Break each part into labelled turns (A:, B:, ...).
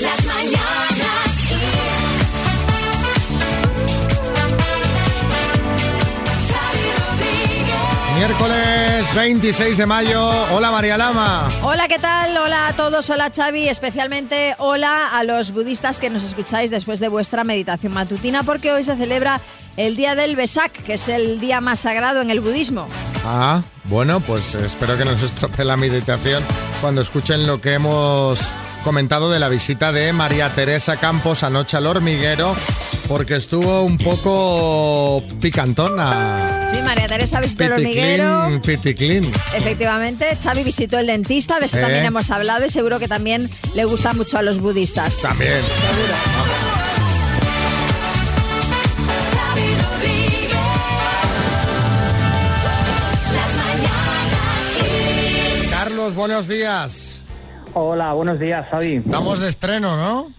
A: Las mañanas Kiss. Xavi Rodríguez.
B: Miércoles 26 de mayo. Hola María Lama.
C: Hola, ¿qué tal? Hola a todos, hola Xavi, especialmente hola a los budistas que nos escucháis después de vuestra meditación matutina, porque hoy se celebra el día del Besak, que es el día más sagrado en el budismo.
B: Ah, bueno, pues espero que no se estropee la meditación cuando escuchen lo que hemos comentado de la visita de María Teresa Campos anoche al hormiguero, porque estuvo un poco picantona.
C: Sí, María Teresa visitó el hormiguero.
B: Piticlin, piticlin.
C: Efectivamente, Xavi visitó el dentista, de eso
B: Eh.
C: también hemos hablado y seguro que también le gusta mucho a los budistas.
B: También.
A: Xavi Rodríguez. Las mañanas Kiss.
B: Carlos, buenos días.
D: Hola, buenos días, Xavi.
B: Estamos de estreno, ¿no?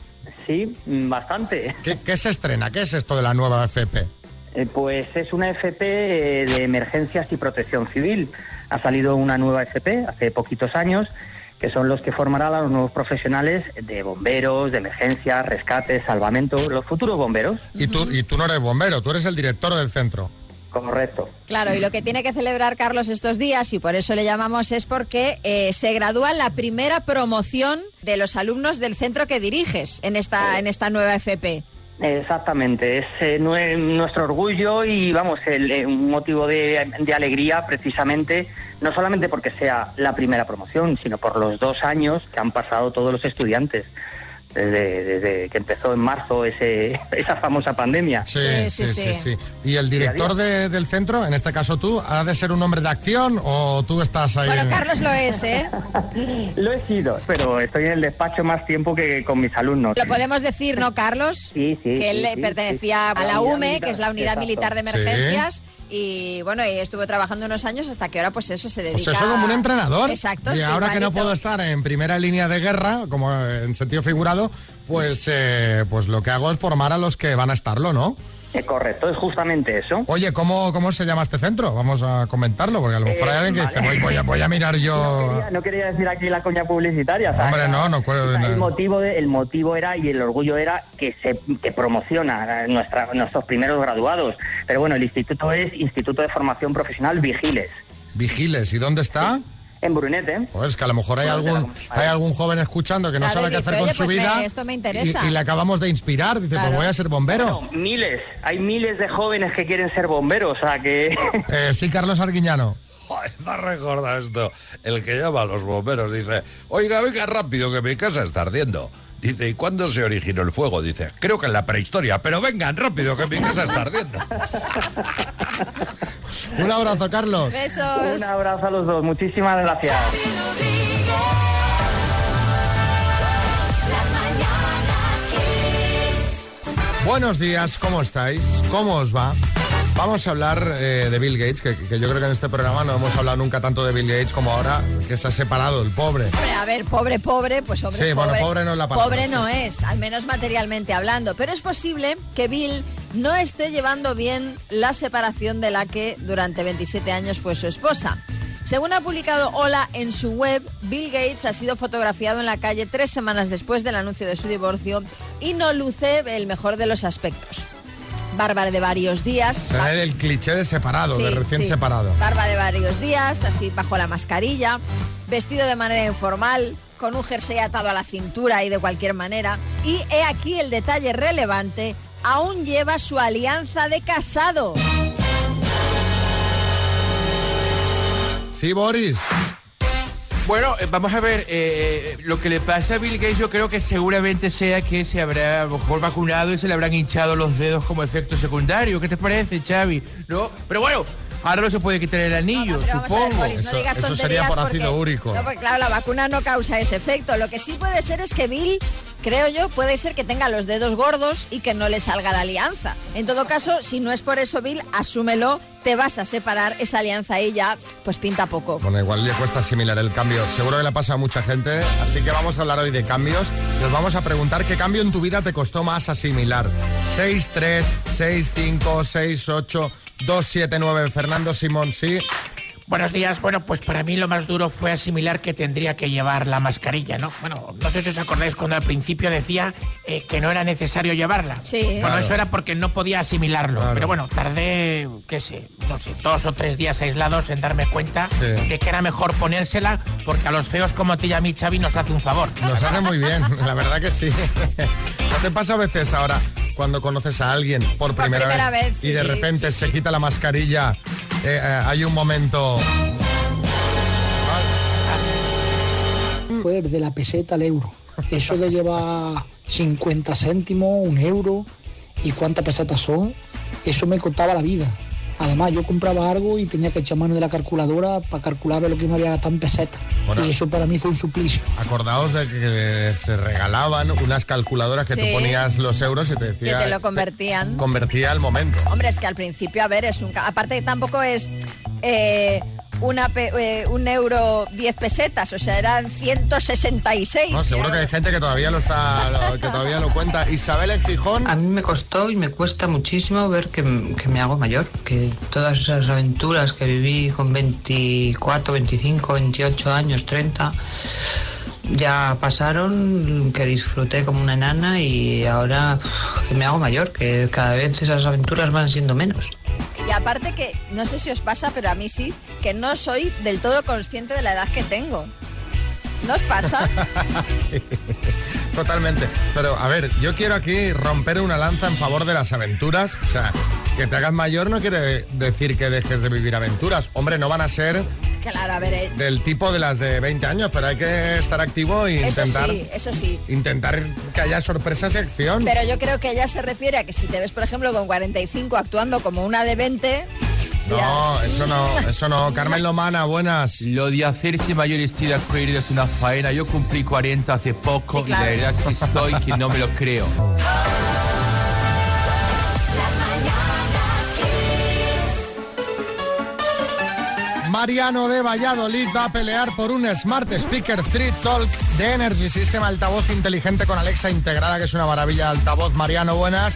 D: Sí, mm, bastante.
B: ¿Qué, qué se estrena? ¿Qué es esto de la nueva FP?
D: Eh, Pues es una FP eh, de emergencias y protección civil. Ha salido una nueva FP hace poquitos años, que son los que formarán a los nuevos profesionales de bomberos, de emergencias, rescates, salvamento, los futuros bomberos.
B: Y tú, y tú no eres bombero, tú eres el director del centro.
D: Correcto.
C: Claro, y lo que tiene que celebrar Carlos estos días, y por eso le llamamos, es porque eh, se gradúa la primera promoción de los alumnos del centro que diriges en esta, en esta nueva FP.
D: Exactamente, es eh, nue- nuestro orgullo y vamos, el, eh, un motivo de, de alegría precisamente, no solamente porque sea la primera promoción, sino por los dos años que han pasado todos los estudiantes, desde, desde que empezó en marzo ese, esa famosa pandemia.
B: Sí, sí, sí,
C: Sí, sí,
B: sí. ¿Y el director de- del centro, en este caso tú, ha de ser un hombre de acción o tú estás ahí?
C: Bueno,
B: en-
C: Carlos lo es, ¿eh?
D: Lo he sido, pero estoy en el despacho más tiempo que con mis alumnos.
C: Lo podemos decir, ¿no, Carlos?
D: Sí, sí,
C: Que él
D: sí,
C: eh,
D: sí,
C: pertenecía
D: sí.
C: a la
D: La unidad
C: UME, que es la unidad
D: militar,
C: militar de
B: exacto.
C: emergencias. Y bueno, y estuvo trabajando unos años hasta que ahora, pues eso se dedica.
B: Pues eso como un entrenador.
C: Exacto.
B: Y ahora que no
C: igualito.
B: puedo estar en primera línea de guerra, como eh, en sentido figurado, pues, eh, pues lo que hago es formar a los que van a estarlo, ¿no?
D: Eh, correcto, es justamente eso.
B: Oye, ¿cómo, cómo se llama este centro? Vamos a comentarlo, porque a lo mejor
D: Eh,
B: hay alguien que
D: vale.
B: dice, voy, voy a, voy a mirar
D: No
B: yo...
D: quería, no quería decir aquí la coña publicitaria. o sea,
B: Hombre,
D: era-
B: no, no puedo-
D: o sea,
B: no.
D: El motivo, de- el motivo era y el orgullo era que se que promociona a nuestra, nuestros primeros graduados. Pero bueno, el instituto es Instituto de Formación Profesional Vigiles,
B: Vigiles, ¿y dónde está?
D: en Brunete.
B: Pues que a lo mejor hay
D: Bueno, te la
B: algún,
D: comparto.
B: hay algún joven escuchando que no
C: Claro,
B: sabe
C: y
B: qué
C: dice,
B: hacer con
C: "Oye,
B: su
C: pues me-
B: vida
C: esto me
B: y-
C: interesa".
B: Y, le acabamos de inspirar, dice,
C: Claro.
B: pues voy a ser bombero.
D: No, miles, hay miles de jóvenes que quieren ser bomberos, o sea que...
B: Eh, sí, Carlos Arguiñano.
E: Joder, me recuerda esto. El que llama a los bomberos dice, oiga, venga rápido que mi casa está ardiendo. Dice, ¿y cuándo se originó el fuego? Dice, creo que en la prehistoria, pero vengan rápido que mi casa está ardiendo.
B: Un abrazo, Carlos.
C: Besos.
D: Un abrazo a los dos, muchísimas gracias.
A: Xavi Rodríguez. Las mañanas Kiss.
B: Buenos días, ¿cómo estáis? ¿Cómo os va? Vamos a hablar eh, de Bill Gates, que, que yo creo que en este programa no hemos hablado nunca tanto de Bill Gates como ahora, que se ha separado el pobre.
C: Hombre, a ver, pobre, pobre, pues hombre,
B: Sí,
C: pobre.
B: bueno, pobre no es la palabra,
C: Pobre
B: sí.
C: no es, al menos materialmente hablando. Pero es posible que Bill no esté llevando bien la separación de la que durante 27 años fue su esposa. Según ha publicado Hola en su web, Bill Gates ha sido fotografiado en la calle tres semanas después del anuncio de su divorcio y no luce el mejor de los aspectos. Bárbara de varios días.
B: Se ve el cliché de separado, de
C: Sí,
B: recién
C: sí.
B: separado.
C: Barba de varios días, así bajo la mascarilla, vestido de manera informal, con un jersey atado a la cintura y de cualquier manera. Y he aquí el detalle relevante, aún lleva su alianza de casado.
B: Sí, Boris.
F: Bueno, eh, vamos a ver, eh, eh, lo que le pasa a Bill Gates yo creo que seguramente sea que se habrá a lo mejor vacunado y se le habrán hinchado los dedos como efecto secundario. ¿Qué te parece, Xavi? ¿No? Pero bueno, ahora no se puede quitar el anillo,
C: No, pero vamos a ver,
F: supongo.
C: Boris, no
B: Eso-
C: digas
B: eso sería
C: tonterías
B: por
C: porque-
B: ácido úrico.
C: No, porque claro, la vacuna no causa ese efecto. Lo que sí puede ser es que Bill, creo yo, puede ser que tenga los dedos gordos y que no le salga la alianza. En todo caso, si no es por eso, Bill, asúmelo, te vas a separar esa alianza y ya, pues pinta poco.
B: Bueno, igual le cuesta asimilar el cambio. Seguro que le pasa a mucha gente, así que vamos a hablar hoy de cambios. Nos vamos a preguntar qué cambio en tu vida te costó más asimilar. 6, 3, 6, 5, 6, 8, 2, 7, 9. Fernando Simón, sí.
G: Buenos días. Bueno, pues para mí lo más duro fue asimilar que tendría que llevar la mascarilla, ¿no? Bueno, no sé si os acordáis cuando al principio decía eh, que no era necesario llevarla.
C: Sí.
G: Bueno,
B: Claro.
G: eso era porque no podía asimilarlo.
B: Claro.
G: Pero bueno, tardé, qué sé, no sé, dos o tres días aislados en darme cuenta
B: Sí.
G: de que era mejor ponérsela porque a los feos como tía mi Xavi nos hace un favor.
B: Nos hace muy bien, la verdad que sí. ¿No te pasa a veces ahora cuando conoces a alguien por primera,
C: primera vez, sí,
B: y de
C: sí,
B: repente se quita la mascarilla? eh, eh, hay un momento...
H: fue de la peseta al euro. Eso de llevar 50 céntimos, un euro y cuántas pesetas son, eso me costaba la vida. Además, yo compraba algo y tenía que echar mano de la calculadora para calcular lo que me había gastado en pesetas.
B: Ahora-
H: Y eso para mí fue un suplicio.
B: Acordaos de que se regalaban unas calculadoras que
C: Sí.
B: tú ponías los euros y te decía...
C: Que te lo convertían.
B: convertía al momento.
C: Hombre, es que al principio, a ver, es un. ca- Aparte que tampoco es. eh, una pe- eh, un euro 10 pesetas, o sea, eran 166.
B: No, seguro que hay gente que todavía lo está, lo- que todavía lo cuenta. Isabel en Gijón.
I: Ah.
J: A mí me costó y me cuesta muchísimo ver que, m- que me hago mayor, que todas esas aventuras que viví con 24, 25, 28 años, 30, ya pasaron, que disfruté como una enana y ahora uf, que me hago mayor, que cada vez esas aventuras van siendo menos.
C: Y aparte que, no sé si os pasa, pero a mí sí, que no soy del todo consciente de la edad que tengo. ¿No os pasa?
B: Sí, totalmente. Pero a ver, yo quiero aquí romper una lanza en favor de las aventuras. O sea, que te hagas mayor no quiere decir que dejes de vivir aventuras. Hombre, no van a ser
C: claro, a ver, eh,
B: del tipo de las de 20 años, pero hay que estar activo e
C: eso
B: intentar,
C: sí, eso sí.
B: intentar que haya sorpresas y acción.
C: Pero yo creo que ella se refiere a que si te ves, por ejemplo, con 45 actuando como una de 20...
B: no,
C: dirás,
B: eso no, eso no. Carmen Lomana, buenas.
F: Lo de hacerse mayor estilo queer es una faena. Yo cumplí 40 hace poco
C: Sí, claro.
F: y la verdad es que estoy que no me lo creo.
B: Mariano de Valladolid va a pelear por un Smart Speaker 3 Talk de Energy System, altavoz inteligente con Alexa integrada, que es una maravilla de altavoz. Mariano, buenas.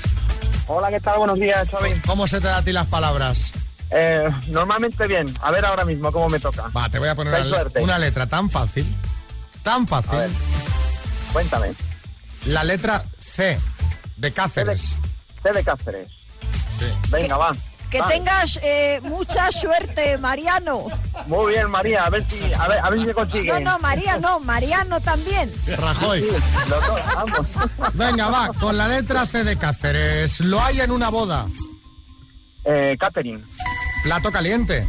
K: Hola, ¿qué tal? Buenos días, Xavi.
B: ¿Cómo se te da a ti las palabras?
K: Eh, normalmente bien. A ver ahora mismo cómo me toca.
B: Va, te voy a poner
K: Hay
B: una,
K: suerte.
B: una letra tan fácil, tan
K: A ver.
B: fácil.
K: Cuéntame.
B: La letra C de Cáceres.
K: Sé de Cáceres.
B: Sí.
K: Venga, va.
C: Que
B: Ah.
K: Va.
C: tengas eh, mucha suerte, Mariano.
K: Muy bien, María. A ver si, a ver, a ver si se consigue.
C: No, no, María, no, Mariano también.
B: Rajoy.
K: Los dos, vamos.
B: Venga, va, con la letra C de Cáceres. Lo hay en una boda.
K: Eh, Catherine.
B: Plato caliente.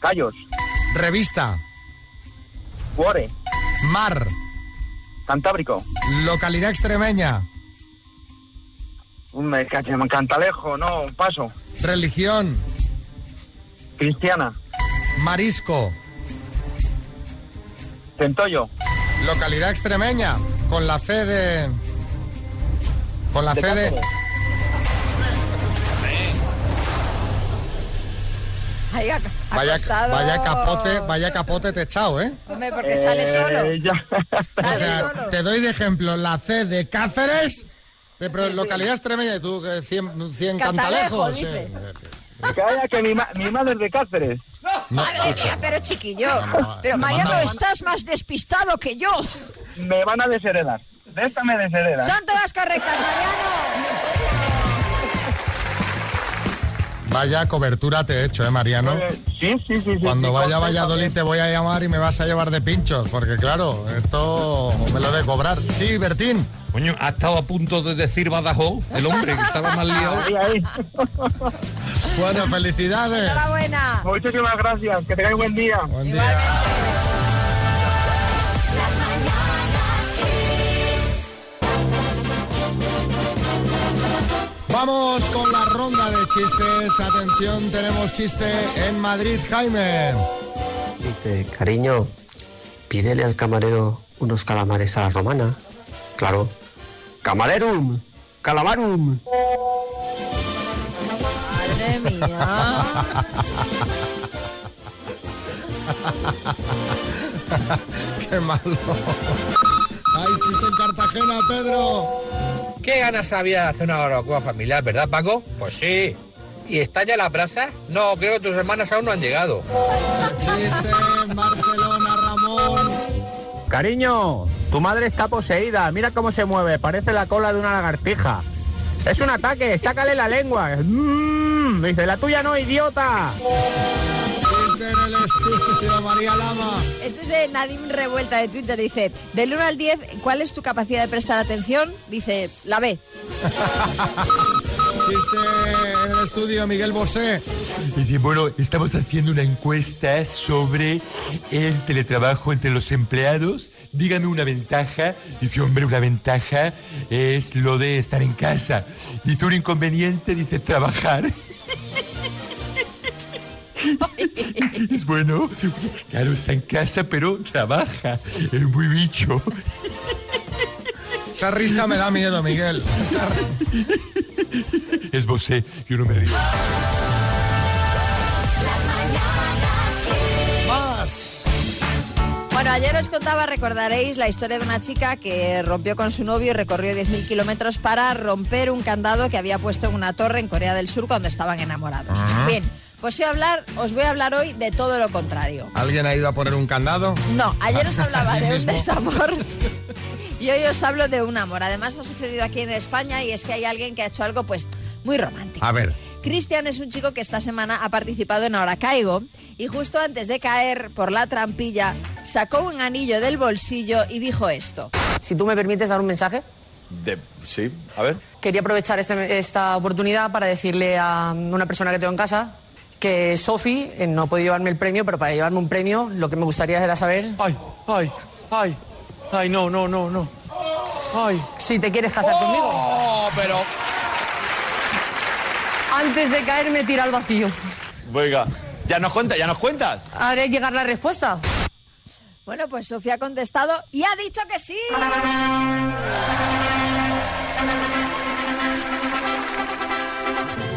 K: Callos.
B: Revista.
K: Cuore.
B: Mar.
K: Cantábrico.
B: Localidad extremeña.
K: Un me cacha- me Cantalejo, no, paso.
B: Religión.
K: Cristiana.
B: Marisco.
K: Centollo.
B: Localidad extremeña, con la C de... Con la
K: De
B: C de...
K: Cáceres.
C: Ahí ha- ha
B: Vaya,
C: costado.
B: vaya capote, vaya capote techao, ¿eh?
C: Hombre, porque sale
K: Eh,
C: solo.
K: ya.
B: O
C: Sale
B: sea,
C: solo.
B: te doy de ejemplo la C de Cáceres, de pro- localidad extremeña, y tú 100,
C: Cantalejo,
B: cantalejos. eh.
C: dice.
B: sí.
K: Calla, que mi, ma- mi madre es de Cáceres.
B: No,
C: Madre mía, pero chiquillo.
B: No, no,
C: pero
B: no,
C: Mariano,
B: no, no.
C: estás más despistado que yo.
K: Me van a desheredar. De esta me desheredan.
C: Son todas correctas, Mariano.
B: Vaya cobertura te he hecho, ¿eh, Mariano?
K: Eh, Sí, sí, sí. sí,
B: Cuando
K: sí, ¿eh?
B: vaya a
K: contéstame.
B: Valladolid te voy a llamar y me vas a llevar de pinchos, porque claro, esto me lo he de cobrar. Sí, Bertín.
L: Coño, ha estado a punto de decir Badajoz, el hombre que estaba más liado.
K: Ahí, ahí.
B: Bueno, felicidades.
C: Enhorabuena.
K: Muchísimas gracias. Que tengáis buen día.
B: Buen día. Vamos con la ronda de chistes. Atención, tenemos chiste en Madrid, Jaime.
M: Dice, cariño, pídele al camarero unos calamares a la romana. Claro. Camarerum, calamarum.
C: Madre mía.
B: Qué malo. Hay chiste en Cartagena, Pedro.
M: ¿Qué ganas había de hacer una barbacoa familiar, verdad, Paco? Pues sí.
N: y estalla las brasas? No, creo que tus hermanas aún no han llegado.
B: Barcelona, Ramón.
O: Cariño, tu madre está poseída. Mira cómo se mueve. Parece la cola de una lagartija. Es un ataque. Sácale la lengua. Mm, dice, la tuya no, idiota.
B: María Lama.
C: Este es de Nadim Revuelta de Twitter. Dice, del 1 al 10, ¿cuál es tu capacidad de prestar atención? Dice, la B.
B: Chiste en el estudio, Miguel Bosé.
F: Dice, bueno, estamos haciendo una encuesta sobre el teletrabajo entre los empleados. Dígame una ventaja. Dice, hombre, una ventaja es lo de estar en casa. Dice, un inconveniente, dice, trabajar. Es bueno, claro, está en casa, pero trabaja. Es muy bicho.
B: Esa risa me da miedo, Miguel. Esa ri-
F: Es Bosé, yo no me río.
B: Más.
C: Bueno, ayer os contaba, recordaréis, la historia de una chica que rompió con su novio y recorrió 10.000 kilómetros para romper un candado que había puesto en una torre en Corea del Sur cuando estaban enamorados.
B: Ah.
C: Bien, pues voy a hablar, os voy a hablar hoy de todo lo contrario.
B: ¿Alguien ha ido a poner un candado?
C: No, ayer os hablaba
B: Ayer
C: de un
B: mismo.
C: desamor y hoy os hablo de un amor. Además ha sucedido aquí en España y es que hay alguien que ha hecho algo pues muy romántico.
B: A ver.
C: Cristian es un chico que esta semana ha participado en Ahora Caigo y justo antes de caer por la trampilla sacó un anillo del bolsillo y dijo esto.
P: Si tú me permites dar un mensaje,
Q: De- sí, a ver.
P: quería aprovechar este- esta oportunidad para decirle a una persona que tengo en casa que Sofi eh, no ha podido llevarme el premio, pero para llevarme un premio lo que me gustaría era saber... Ay, ay, ay, ay, no, no, no, no. Ay. Si te quieres casar conmigo. pero... Antes de caerme, tira al vacío.
Q: Venga, ya nos cuentas, ya nos cuentas.
P: ¿Haré llegar la respuesta?
C: Bueno, pues Sofía ha contestado y ha dicho que sí.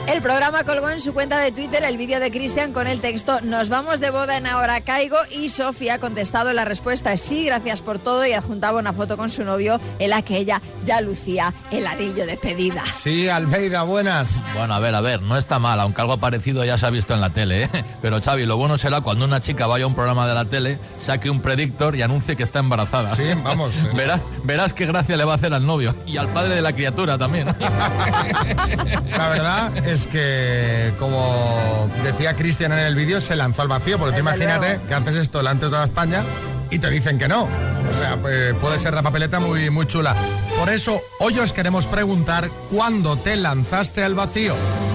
C: El programa colgó en su cuenta de Twitter el vídeo de Cristian con el texto Nos vamos de boda en ahora caigo y Sofía ha contestado la respuesta es sí, gracias por todo y adjuntaba una foto con su novio en la que ella ya lucía el anillo de pedida.
B: Sí, Almeida, buenas.
R: Bueno, a ver, a ver, no está mal, aunque algo parecido ya se ha visto en la tele, ¿eh? Pero Xavi, lo bueno será cuando una chica vaya a un programa de la tele, saque un predictor y anuncie que está embarazada.
B: Sí, vamos.
R: Verás, verás qué gracia le va a hacer al novio y al padre de la criatura también.
B: La verdad es que, como decía Cristian en el vídeo, se lanzó al vacío, porque tú
R: Desde
B: imagínate que haces esto delante de toda España y te dicen que no. O sea, pues, puede ser la papeleta muy, muy chula. Por eso, hoy os queremos preguntar cuándo te lanzaste al vacío.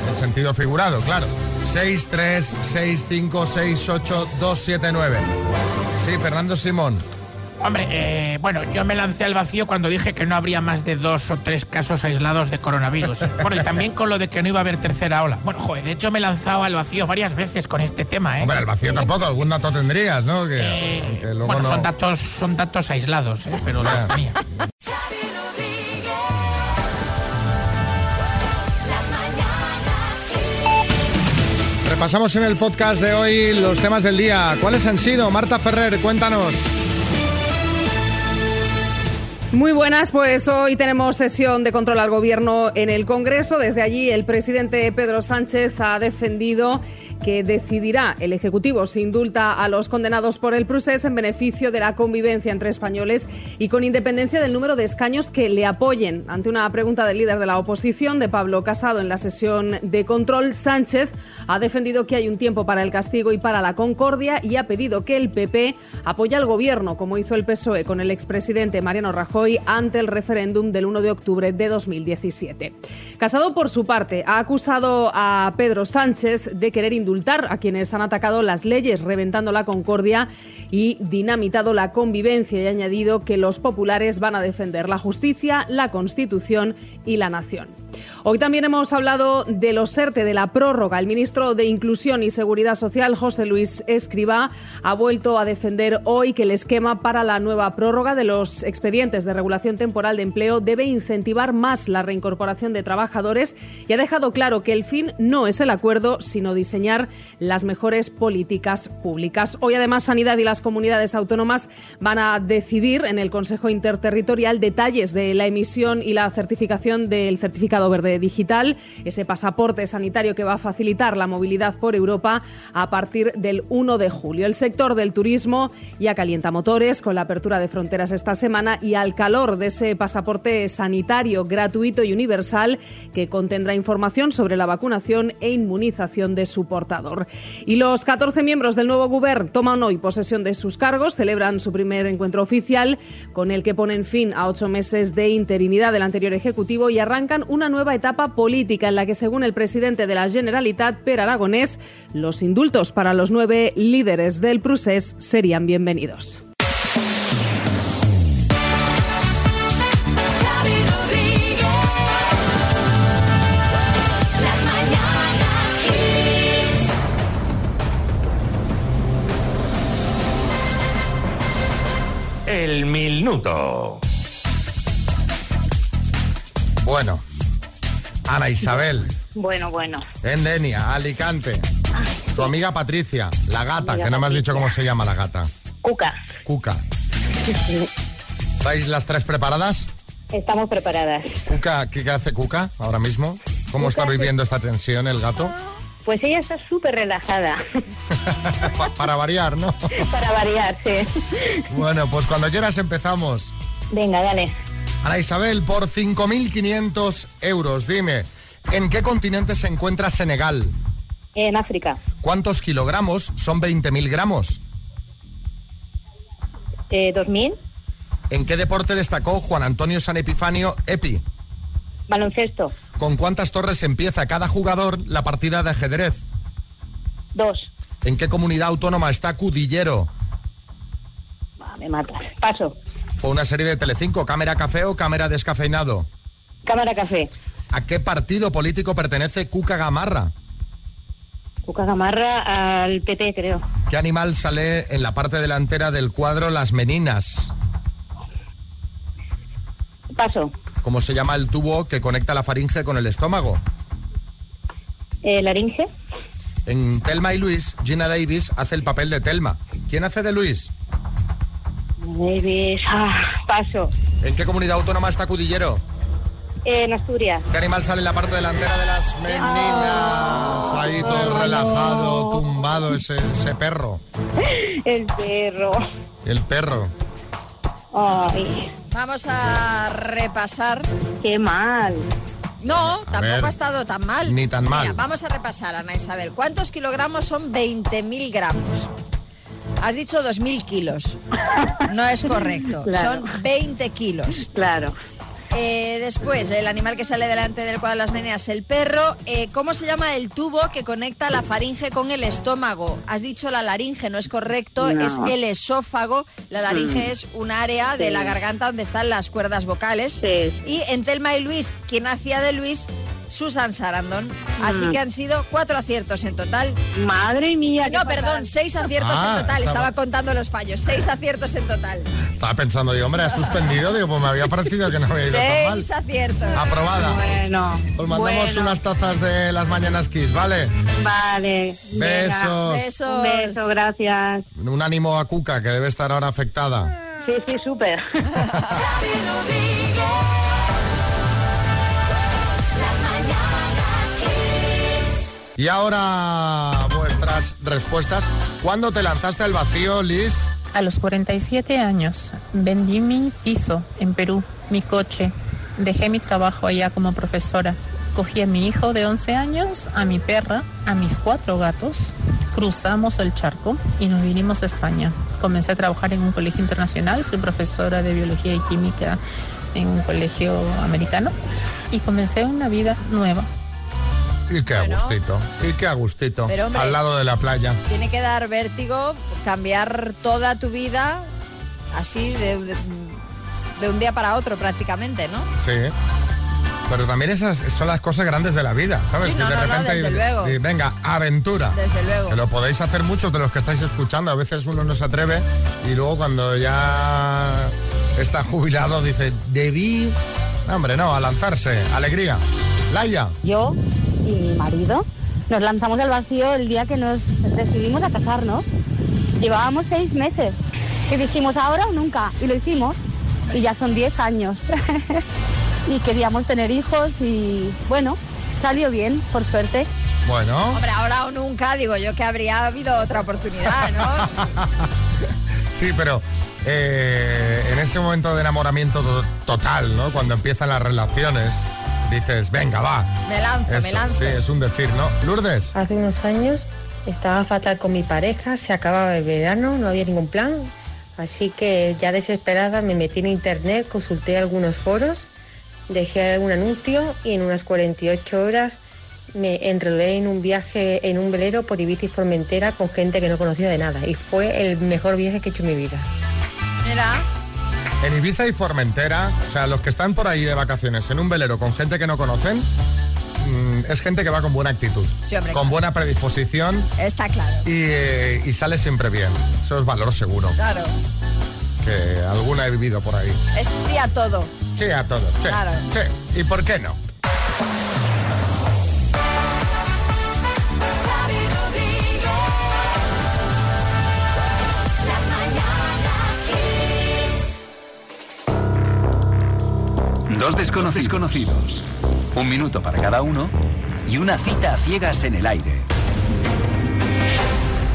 B: En sentido figurado, claro. 6, 3, 6, 5, 6, 8, 2, 7, 9. Sí, Fernando Simón.
G: Hombre, eh, bueno, yo me lancé al vacío cuando dije que no habría más de dos o tres casos aislados de coronavirus. Bueno, y también con lo de que no iba a haber tercera ola. Bueno, joder, de hecho me he lanzado al vacío varias veces con este tema, ¿eh?
B: Hombre, al vacío tampoco, algún dato tendrías, ¿no? Que,
F: Eh,
B: que luego
G: bueno,
B: no.
G: son datos, son datos aislados, ¿eh? pero los
B: Ah.
G: tenía.
B: Repasamos en el podcast de hoy los temas del día. ¿Cuáles han sido? Marta Ferrer, cuéntanos.
I: Muy buenas, pues hoy tenemos sesión de control al gobierno en el Congreso. Desde allí el presidente Pedro Sánchez ha defendido que decidirá el Ejecutivo si indulta a los condenados por el procés en beneficio de la convivencia entre españoles y con independencia del número de escaños que le apoyen. Ante una pregunta del líder de la oposición, de Pablo Casado, en la sesión de control, Sánchez ha defendido que hay un tiempo para el castigo y para la concordia y ha pedido que el PP apoye al gobierno, como hizo el PSOE E con el expresidente Mariano Rajoy ante el referéndum del 1 de octubre de 2017. Casado, por su parte, ha acusado a Pedro Sánchez de querer indultar a quienes han atacado las leyes, reventando la concordia y dinamitado la convivencia y ha añadido que los populares van a defender la justicia, la Constitución y la nación. Hoy también hemos hablado de los E ERTE, de la prórroga. El ministro de Inclusión y Seguridad Social, José Luis Escribá, ha vuelto a defender hoy que el esquema para la nueva prórroga de los expedientes de regulación temporal de empleo debe incentivar más la reincorporación de trabajadores y ha dejado claro que el fin no es el acuerdo, sino diseñar las mejores políticas públicas. Hoy además Sanidad y las comunidades autónomas van a decidir en el Consejo Interterritorial detalles de la emisión y la certificación del certificado Certificado Verde Digital, ese pasaporte sanitario que va a facilitar la movilidad por Europa a partir del 1 de julio. El sector del turismo ya calienta motores con la apertura de fronteras esta semana y al calor de ese pasaporte sanitario gratuito y universal que contendrá información sobre la vacunación e inmunización de su portador. Y los 14 miembros del nuevo gobierno toman hoy posesión de sus cargos, celebran su primer encuentro oficial con el que ponen fin a ocho meses de interinidad del anterior Ejecutivo y arrancan una nueva etapa política en la que, según el presidente de la Generalitat, Per Aragonés, los indultos para los nueve líderes del procés serían bienvenidos.
A: Xavi Rodríguez. Las mañanas Kiss.
E: El minuto.
B: Bueno, Ana Isabel,
S: Bueno, bueno. Ah,
B: en Denia, Alicante. Su amiga Patricia, la gata,
S: Amiga
B: que no me has dicho
S: Patricia.
B: cómo se llama la gata.
S: Cuca,
B: Cuca. ¿Estáis las tres preparadas?
S: estamos preparadas.
B: Cuca, ¿qué hace Cuca ahora mismo? ¿Cómo está viviendo esta tensión el gato?
S: Pues ella está súper relajada,
B: Pa- para variar, ¿no?
S: para variar, sí.
B: Bueno, pues cuando quieras empezamos.
S: Venga, dale.
B: Ana Isabel, por 5.500 euros, dime, ¿en qué continente se encuentra Senegal?
S: En África,
B: ¿Cuántos kilogramos son 20.000 gramos?
S: eh, 2000,
B: ¿En qué deporte destacó Juan Antonio San Epifanio Epi?
S: baloncesto,
B: ¿Con cuántas torres empieza cada jugador la partida de ajedrez?
S: 2.
B: ¿En qué comunidad autónoma está Cudillero?
S: me matas. Paso,
B: Fue una serie de Telecinco, Cámara Café o Cámara Descafeinado.
S: cámara café.
B: ¿A qué partido político pertenece Cuca Gamarra?
S: Cuca Gamarra al PT, creo.
B: ¿Qué animal sale en la parte delantera del cuadro Las Meninas?
S: Paso,
B: ¿Cómo se llama el tubo que conecta la faringe con el estómago?
S: eh, laringe,
B: En Telma y Luis, Gina Davis hace el papel de Telma. ¿Quién hace de Luis?
S: Davis, ah, paso.
B: ¿En qué comunidad autónoma está Cudillero?
S: En Asturias,
B: ¿Qué animal sale en la parte delantera de las meninas? Ahí todo relajado, tumbado ese, ese perro.
S: el perro.
B: El perro.
S: Ay,
C: Vamos a repasar.
S: Qué mal.
C: No, tampoco
B: ver,
C: ha estado tan mal.
B: ni tan
C: Mira,
B: mal.
C: vamos a repasar, Ana Isabel. ¿Cuántos kilogramos son 20.000 gramos? Has dicho 2.000 kilos. No es correcto.
S: Claro.
C: Son 20 kilos.
S: Claro.
C: Eh, después, el animal que sale delante del cuadro de las meninas, el perro. Eh, ¿Cómo se llama el tubo que conecta la faringe con el estómago? Has dicho la laringe, no es correcto,
S: No.
C: es el esófago. La laringe
S: Mm.
C: es un área de
S: Sí.
C: la garganta donde están las cuerdas vocales. Y en Telma y Luis, quien hacía de Luis, Susan Sarandon. Así
S: Mm.
C: que han sido cuatro aciertos en total.
S: Madre mía.
C: No, perdón, seis aciertos
B: Ah,
C: en total.
B: estaba-
C: Estaba contando los fallos. Seis aciertos en total.
B: Estaba pensando, digo, hombre, ha suspendido. Digo, pues me había parecido que no había ido tan mal.
C: Seis aciertos.
B: Aprobada.
S: Bueno.
B: Os mandamos
S: bueno.
B: unas tazas de las mañanas Kiss, ¿vale?
S: Vale.
B: Besos.
C: Besos.
S: Un beso, gracias.
B: Un ánimo a Cuca, que debe estar ahora afectada.
S: Sí, sí, súper.
A: Xavi Rodríguez. Las mañanas Kiss.
B: Y ahora vuestras respuestas. ¿Cuándo te lanzaste al vacío, Liz?
T: A los 47 años vendí mi piso en Perú, mi coche. Dejé mi trabajo allá como profesora. Cogí a mi hijo de 11 años, a mi perra, a mis cuatro gatos. Cruzamos el charco y nos vinimos a España. Comencé a trabajar en un colegio internacional. Soy profesora de biología y química en un colegio americano. Y comencé una vida nueva.
B: Y qué a gustito, y qué a gustito.
C: Pero, hombre.
B: al lado de la playa.
C: Tiene que dar vértigo cambiar toda tu vida así de, de- de un día para otro prácticamente, ¿no?
B: Sí. Pero también esas son las cosas grandes de la vida, ¿sabes?
C: Sí, no,
B: de
C: no, no, desde
B: di-
C: luego.
B: di- venga, aventura.
C: Desde luego.
B: Que lo podéis hacer muchos de los que estáis escuchando. A veces uno no se atreve y luego cuando ya está jubilado dice, debí... No, hombre, no, a lanzarse. Alegría. Laia.
U: Yo y mi marido nos lanzamos al vacío el día que nos decidimos a casarnos. Llevábamos seis meses y dijimos ahora o nunca y lo hicimos y ya son diez años. y queríamos tener hijos y bueno, salió bien, por suerte.
B: Bueno,
C: Hombre, ahora o nunca, digo yo que habría habido otra oportunidad, ¿no?
B: sí, pero eh, en ese momento de enamoramiento to- total, ¿no? Cuando empiezan las relaciones, dices, venga, va.
C: Me lanzo, me
B: Eso,
C: lanzo.
B: sí, es un decir, ¿no? Lourdes.
D: Hace unos años estaba fatal con mi pareja, se acababa el verano, no había ningún plan. Así que ya desesperada me metí en internet, consulté algunos foros, dejé un anuncio y en unas 48 horas me enrolé en un viaje en un velero por Ibiza y Formentera con gente que no conocía de nada. Y fue el mejor viaje que he hecho en mi vida.
B: En Ibiza y Formentera, o sea, los que están por ahí de vacaciones en un velero con gente que no conocen, mm, es gente que va con buena actitud,
C: Sí, hombre,
B: con
C: claro.
B: buena predisposición
C: Está claro.
B: y, eh, y sale siempre bien. Eso es valor seguro,
C: Claro.
B: que alguna he vivido por ahí.
C: Es sí a todo.
B: Sí, a todo. Sí,
C: Claro.
B: sí. ¿Y por qué no?
V: Dos desconocidos conocidos. Un minuto para cada uno y una cita a ciegas en el aire.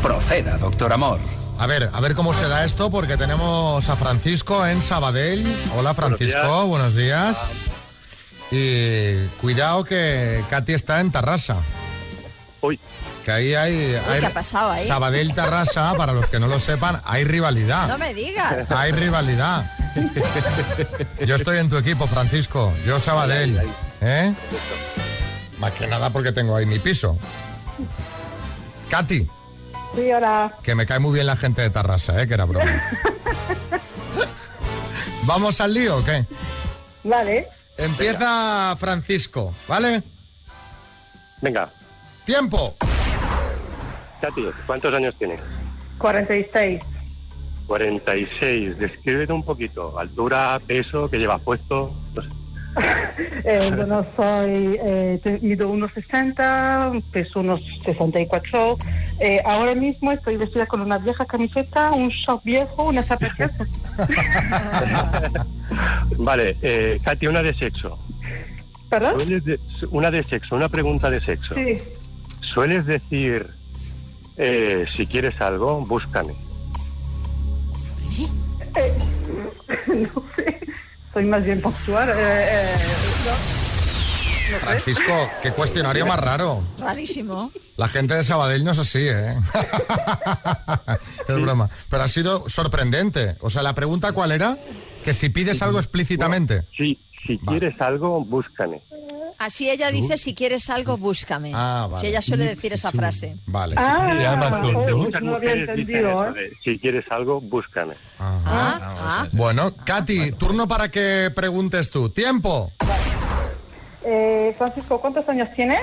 V: Proceda, doctor Amor.
B: A ver, a ver cómo se da esto, porque tenemos a Francisco en Sabadell. Hola, Francisco, buenos días. Y cuidado que Katy está en Tarrasa. Uy. Que ahí hay... hay-
C: ¿qué ha pasado ahí?
B: Sabadell, Tarrasa, para los que no lo sepan, hay rivalidad.
C: No me digas.
B: Hay rivalidad. Yo estoy en tu equipo, Francisco. Yo Sabadell. ¿Eh? Más que nada porque tengo ahí mi piso. Katy,
K: Sí, hola.
B: que me cae muy bien la gente de Tarrasa, ¿eh? que era broma. ¿Vamos al lío o qué?
K: Vale.
B: Empieza Francisco, ¿vale?
W: Venga,
B: ¡Tiempo!
W: Katy, ¿cuántos años tienes?
K: 46.
W: 46. Descríbete un poquito. Altura, peso, que llevas puesto. No sé.
K: Eh, bueno, soy, eh, te- mido unos 60, peso unos 64. Eh, ahora mismo estoy vestida con una vieja camiseta, un short viejo, una zapatilla.
W: Vale, eh, Katy, una de sexo.
K: ¿Perdón?
W: ¿Sueles de- una de sexo, una pregunta de sexo.
K: Sí.
W: ¿Sueles decir, eh, si quieres algo, búscame?
K: Eh, no sé, soy más bien puntual. eh, eh, no. No sé.
B: Francisco, qué cuestionario más raro.
C: Rarísimo.
B: La gente de Sabadell no es así, ¿eh? es broma. Pero ha sido sorprendente. O sea, la pregunta cuál era? Que si pides algo explícitamente.
W: Sí, si quieres algo, búscame.
C: Así ella dice, si quieres algo, búscame.
W: Ah, vale.
C: Si ella suele decir esa frase.
B: Vale.
K: Ah,
W: Sí, Amazon,
K: oh,
W: ¿no?
K: pues
W: Muchas
K: no había
W: mujeres dicen
K: entendido, ¿eh?
W: eso de, Si quieres algo, búscame.
B: Ah,
C: Ah,
B: Bueno, Katy, turno para que preguntes tú. ¡Tiempo!
K: Eh, Francisco, ¿cuántos años tienes?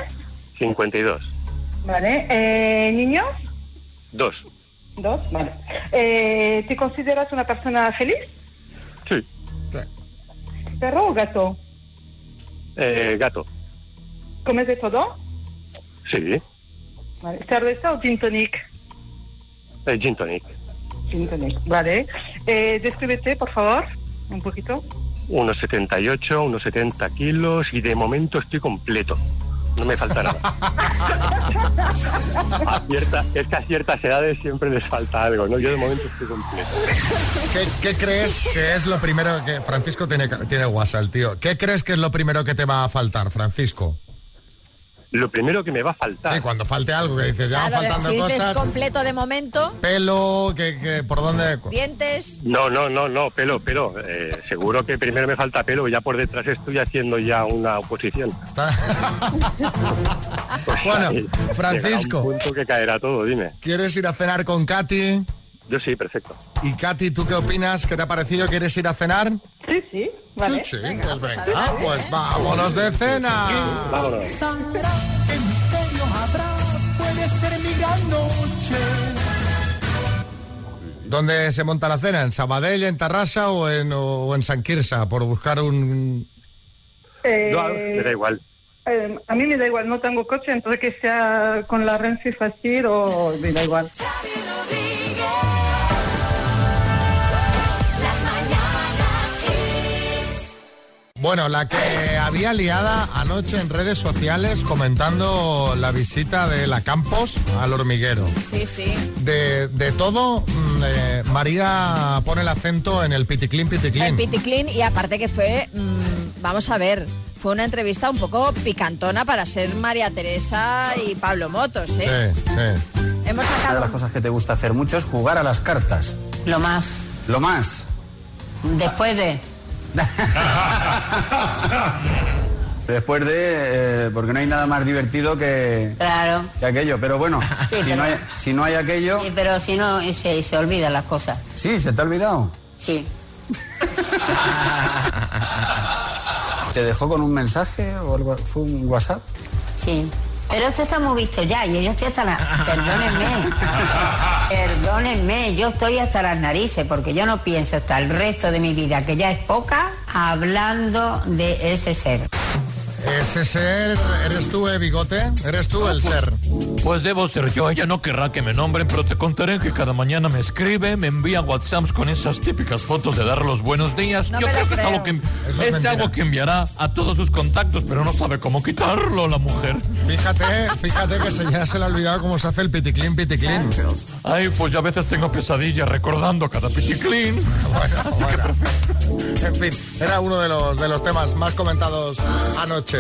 W: 52.
K: Vale. Eh, ¿Niños?
W: Dos.
K: Dos, vale. Eh, ¿Te consideras una persona feliz?
W: Sí.
K: ¿Perro o gato?
W: Eh, gato.
K: ¿Comes de todo?
W: Sí.
K: Vale. ¿Cerveza o gin tonic?
W: Eh, gin tonic.
K: Gin tonic, vale. Eh, descríbete, por favor, un poquito.
W: Unos 78, unos 70 kilos y de momento estoy completo. No me falta nada. A cierta- es que a ciertas edades siempre les falta algo, ¿no? Yo de momento estoy completo.
B: ¿Qué, qué crees que es lo primero que... Francisco tiene, tiene WhatsApp, el tío. ¿Qué crees que es lo primero que te va a faltar, Francisco?
W: Lo primero que me va a faltar.
B: Sí, cuando falte algo, que dices, ya van
C: Claro,
B: faltando
C: si dices
B: cosas.
C: completo de momento,
B: Pelo, que, que- por dónde...
C: dientes,
W: No, no, no, no, pelo, pelo. Eh, seguro que primero me falta pelo, ya por detrás estoy haciendo ya una oposición.
B: Bueno,
W: Francisco. Un punto que caerá todo, dime.
B: ¿Quieres ir a cenar con Katy?
W: Yo sí, perfecto.
B: ¿Y Katy, tú qué opinas? ¿Qué te ha parecido? ¿Quieres ir a cenar?
K: Sí, sí,
B: vale. Sí, pues venga, pues vámonos de cena.
W: Vámonos.
A: ¿Qué misterio habrá? Puede ser mi gran noche.
B: ¿Dónde se monta la cena? ¿En Sabadell, en Tarrasa o en, o en San Quirsa? Por buscar un...
K: Eh,
W: Me da igual.
K: eh, a mí me da igual, no tengo coche, entonces que sea con la Renfe fácil o me da igual.
B: Bueno, la que había liada anoche en redes sociales comentando la visita de la Campos al hormiguero.
C: Sí, sí.
B: De, de todo, mm, eh, María pone el acento en el piticlín,
C: El
B: piticlín.
C: piticlín y aparte que fue, mm, vamos a ver, fue una entrevista un poco picantona para ser María Teresa y Pablo Motos, ¿eh? Hemos
H: Una de
C: sacado...
H: las cosas que te gusta hacer mucho es jugar a las cartas.
C: Lo más.
H: Lo más.
C: Después de...
H: Después de... eh, porque no hay nada más divertido que,
J: Claro.
H: que aquello. Pero bueno,
J: Sí,
H: si,
J: pero-
H: no hay, si no hay aquello...
J: Sí, pero si no, eh, se, se olvidan las cosas.
H: Sí, se te ha olvidado.
J: Sí.
H: ¿Te dejó con un mensaje o algo? ¿Fue un WhatsApp?
J: Sí. Pero esto está muy visto ya, yo, yo estoy hasta la... Perdónenme. Perdónenme, yo estoy hasta las narices porque yo no pienso hasta el resto de mi vida, que ya es poca, hablando de ese ser.
B: Ese ser, ¿eres tú, eh, bigote? ¿Eres tú el ser?
R: Pues debo ser yo, ella no querrá que me nombren, pero te contaré que cada mañana me escribe, me envía WhatsApps con esas típicas fotos de dar los buenos días.
C: No
R: yo
C: me
R: creo
C: lo
R: que es,
C: creo.
R: algo que,
B: Eso es
R: es
B: mentira.
R: algo que enviará a todos sus contactos, pero no sabe cómo quitarlo la mujer.
B: Fíjate, fíjate que se, ya se le ha olvidado cómo se hace el piticlín, piticlín.
R: Ay, pues yo a veces tengo pesadillas recordando cada piticlín.
B: En fin, era uno de los, de los temas más comentados anoche.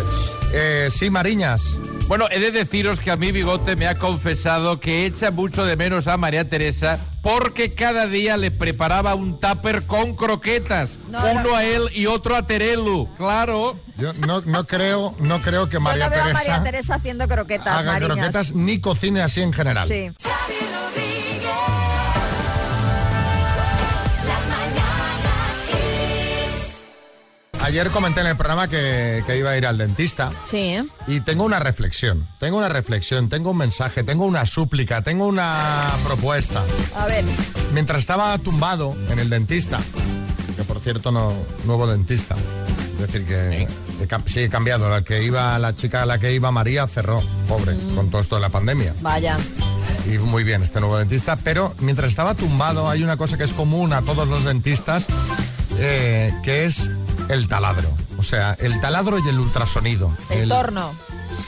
B: Eh, sí, Mariñas.
F: Bueno, he de deciros que a mí Bigote me ha confesado que echa mucho de menos a María Teresa porque cada día le preparaba un tupper con croquetas. uno a él y otro a Terelu, claro.
B: Yo no, no creo, no creo que
C: Yo
B: María
C: no veo a María
B: Teresa
C: Teresa haciendo croquetas,
B: haga
C: Mariñas.
B: croquetas ni cocine así en general.
C: Sí.
B: Ayer comenté en el programa que, que iba a ir al dentista.
C: Sí, ¿eh?
B: Y tengo una reflexión, tengo una reflexión, tengo un mensaje, tengo una súplica, tengo una propuesta.
C: A ver,
B: Mientras estaba tumbado en el dentista, que por cierto no nuevo dentista, es decir que, que cam- sí he cambiado, la que iba la chica a la que iba María cerró, pobre,
C: Mm.
B: con todo esto de la pandemia.
C: vaya.
B: Y muy bien este nuevo dentista, pero mientras estaba tumbado hay una cosa que es común a todos los dentistas, eh, que es el taladro, o sea, el taladro y el ultrasonido.
C: El, torno.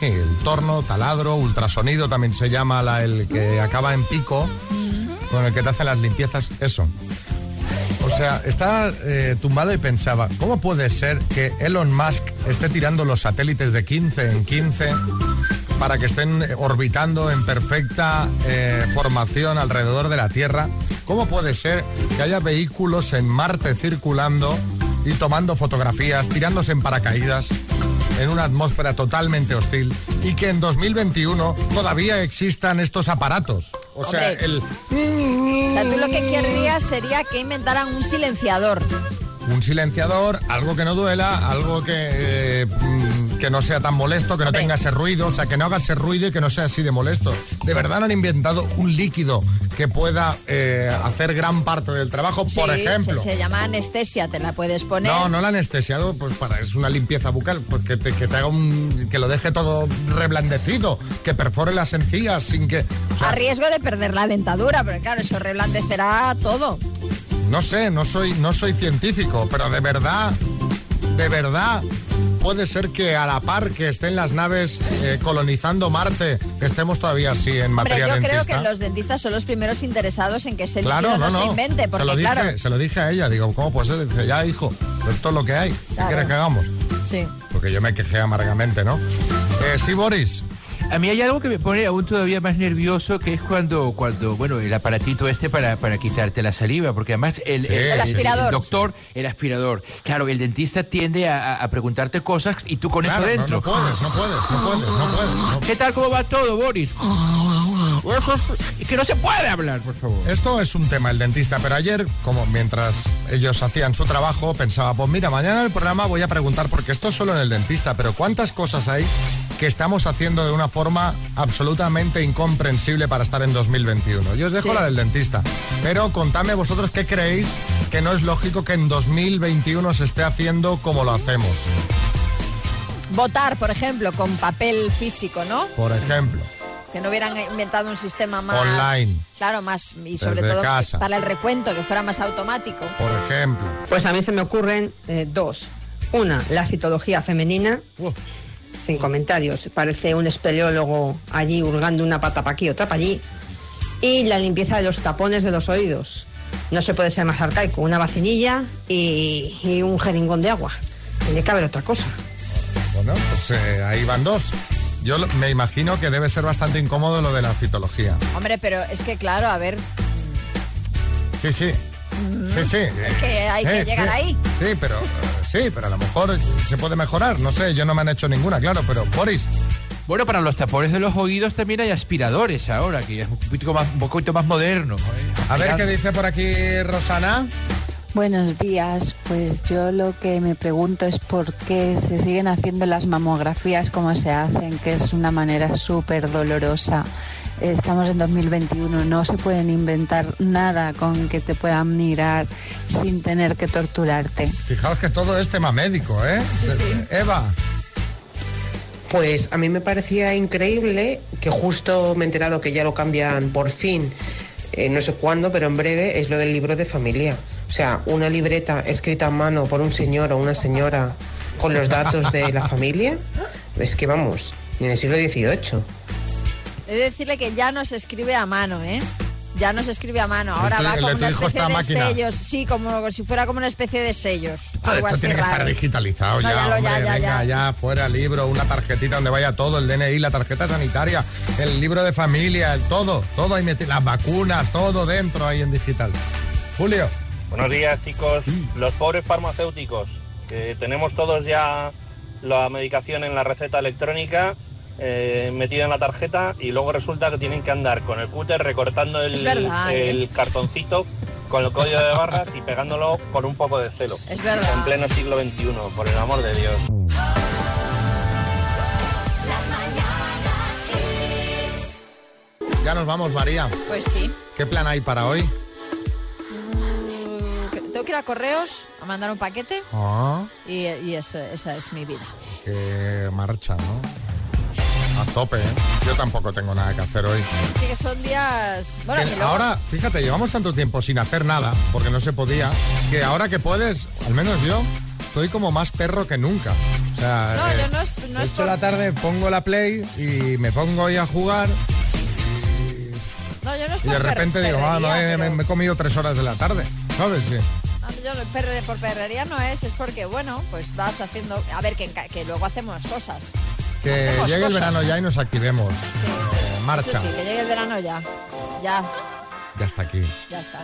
B: Sí, el torno, taladro, ultrasonido también se llama la- el que acaba en pico, con el que te hacen las limpiezas, eso. O sea, estaba eh, tumbado y pensaba, ¿cómo puede ser que Elon Musk esté tirando los satélites de 15 en 15 para que estén eh, orbitando en perfecta eh, formación alrededor de la Tierra? ¿Cómo puede ser que haya vehículos en Marte circulando y tomando fotografías, tirándose en paracaídas? en una atmósfera totalmente hostil y que en 2021 todavía existan estos aparatos. O sea,
C: Hombre.
B: el,
C: O sea, tú lo que querrías sería que inventaran un silenciador.
B: un silenciador, algo que no duela, algo que, eh, mm, que no sea tan molesto, que no tenga ese ruido, o sea, que no haga ese ruido y que no sea así de molesto. De verdad no han inventado un líquido que pueda eh, hacer gran parte del trabajo, por
C: Sí,
B: ejemplo.
C: Se, se llama anestesia, te la puedes poner.
B: No, no la anestesia, algo pues para es una limpieza bucal, pues que te, que te haga un que lo deje todo reblandecido, que perfore las encías sin que o sea,
C: A riesgo de perder la dentadura, pero claro, eso reblandecerá todo.
B: no sé, no soy no soy científico, pero de verdad, de verdad puede ser que a la par que estén las naves eh, colonizando Marte, estemos todavía así en
C: Hombre,
B: materia
C: yo creo
B: dentista.
C: que los dentistas son los primeros interesados en que ese líquido
B: Claro,
C: no,
B: no, no.
C: se invente, porque
B: se, lo dije,
C: claro,
B: se lo dije a ella, digo, ¿cómo puede ser? Dice, ya, hijo, pero esto es lo que hay. ¿Qué
C: Claro.
B: quieres que hagamos?
C: sí.
B: Porque yo me quejé amargamente, ¿no? Eh, sí, Boris.
F: A mí hay algo que me pone aún todavía más nervioso, que es cuando, cuando bueno, el aparatito este para, para quitarte la saliva, porque además el,
G: Sí, El aspirador.
F: doctor, el aspirador, claro, el dentista tiende a, a- a preguntarte cosas y tú con
B: Claro,
F: eso
B: no,
F: dentro.
B: no puedes, no puedes, no puedes, no puedes.
F: ¿Qué tal, cómo va todo, Boris? Es que no se puede hablar, por favor.
B: Esto es un tema el dentista, pero ayer, como mientras ellos hacían su trabajo, pensaba, pues mira, mañana en el programa voy a preguntar, porque esto es solo en el dentista, pero ¿cuántas cosas hay que estamos haciendo de una forma absolutamente incomprensible para estar en 2021? Yo os dejo
X: Sí.
B: la del dentista, pero contadme vosotros qué creéis que no es lógico que en 2021 se esté haciendo como lo hacemos,
C: Votar, por ejemplo, con papel físico, ¿no?
B: por ejemplo.
C: Que no hubieran inventado un sistema más...
B: Online.
C: Claro, más... Y sobre
B: Desde
C: todo
B: casa.
C: para el recuento, que fuera más automático.
B: Por ejemplo.
Y: Pues a mí se me ocurren eh, dos.
X: Una, la citología femenina. Sin comentarios. Parece un espeleólogo allí hurgando una pata para aquí, otra para allí. Y la limpieza de los tapones de los oídos. No se puede ser más arcaico. Una vacinilla y, y un jeringón de agua. Tiene que haber otra cosa.
B: Bueno, pues eh, ahí van dos. Yo lo- me imagino que debe ser bastante incómodo lo de la citología.
C: Hombre, pero es que claro, a ver,
B: Sí, sí. Sí, sí. Es
C: que hay que llegar ahí.
B: Sí, pero eh, sí, pero a lo mejor se puede mejorar. No sé, yo no me han hecho ninguna, claro, pero Boris.
F: Bueno, para los tapones de los oídos también hay aspiradores ahora, que es un poquito más, un poquito más moderno. ¿eh?
B: A ver qué dice por aquí Rosana.
Y: Buenos días, pues yo lo que me pregunto es por qué se siguen haciendo las mamografías como se hacen, que es una manera súper dolorosa. Estamos en 2021, no se pueden inventar nada con que te puedan mirar sin tener que torturarte.
B: Fijaos que todo es tema médico, ¿eh? Eva.
Z: Pues a mí me parecía increíble que justo me he enterado que ya lo cambian por fin, eh, no sé cuándo, pero en breve, es lo del libro de familia. O sea, una libreta escrita a mano por un señor o una señora con los datos de la familia, es que vamos, ni en el siglo XVIII.
C: he de decirle que ya no se escribe a mano, ¿eh? Ya no se escribe a mano, ahora
B: tu-
C: va
B: el
C: como
B: de tu
C: una
B: hijo
C: especie
B: está
C: de
B: a máquina.
C: sellos, sí, como si fuera como una especie de sellos.
B: Ah, esto
C: algo así
B: tiene que
C: raro.
B: estar digitalizado
C: No,
B: ya,
C: ya lo- ya,
B: hombre,
C: ya,
B: venga, ya. fuera libro, una tarjetita donde vaya todo, el DNI, la tarjeta sanitaria, el libro de familia, el todo, todo ahí metido, las vacunas, todo dentro ahí en digital. Julio,
N: Buenos días, chicos. Los pobres farmacéuticos, que tenemos todos ya la medicación en la receta electrónica eh, metida en la tarjeta y luego resulta que tienen que andar con el cúter recortando el,
C: Es verdad, ¿eh?
N: el cartoncito con el código de barras y pegándolo con un poco de celo.
C: Es verdad.
N: En pleno siglo XXI, por el amor de Dios.
B: ya nos vamos, María.
C: Pues sí.
B: ¿Qué plan hay para hoy?
C: Tengo Mm, que ir a correos a mandar un paquete
B: Ah,
C: y, y eso, esa es mi vida.
B: que marcha, ¿no? A tope, ¿eh? Yo tampoco tengo nada que hacer hoy.
C: Así que son días... Bueno,
B: Que
C: que luego-
B: ahora, fíjate, llevamos tanto tiempo sin hacer nada, porque no se podía, que ahora que puedes, al menos yo, estoy como más perro que nunca. O sea,
C: No,
B: eh,
C: yo no es, no
B: de
C: es
B: hecho,
C: por-
B: la tarde pongo la play y me pongo ahí a jugar
C: no, yo no es
B: y de
C: por per-
B: repente digo, ah, no,
C: perrería,
B: eh, me, me he comido tres horas de la tarde, ¿sabes? Sí.
C: Ah, yo lo- perre- por perrería no es, es porque, bueno, pues vas haciendo... A ver, que, en ca- que luego hacemos cosas.
B: Que
C: Hacemos
B: llegue el
C: cosas.
B: verano ya y nos activemos. Eh, marcha.
C: Eso sí, que llegue el verano ya. Ya,
B: Ya está aquí.
C: ya está.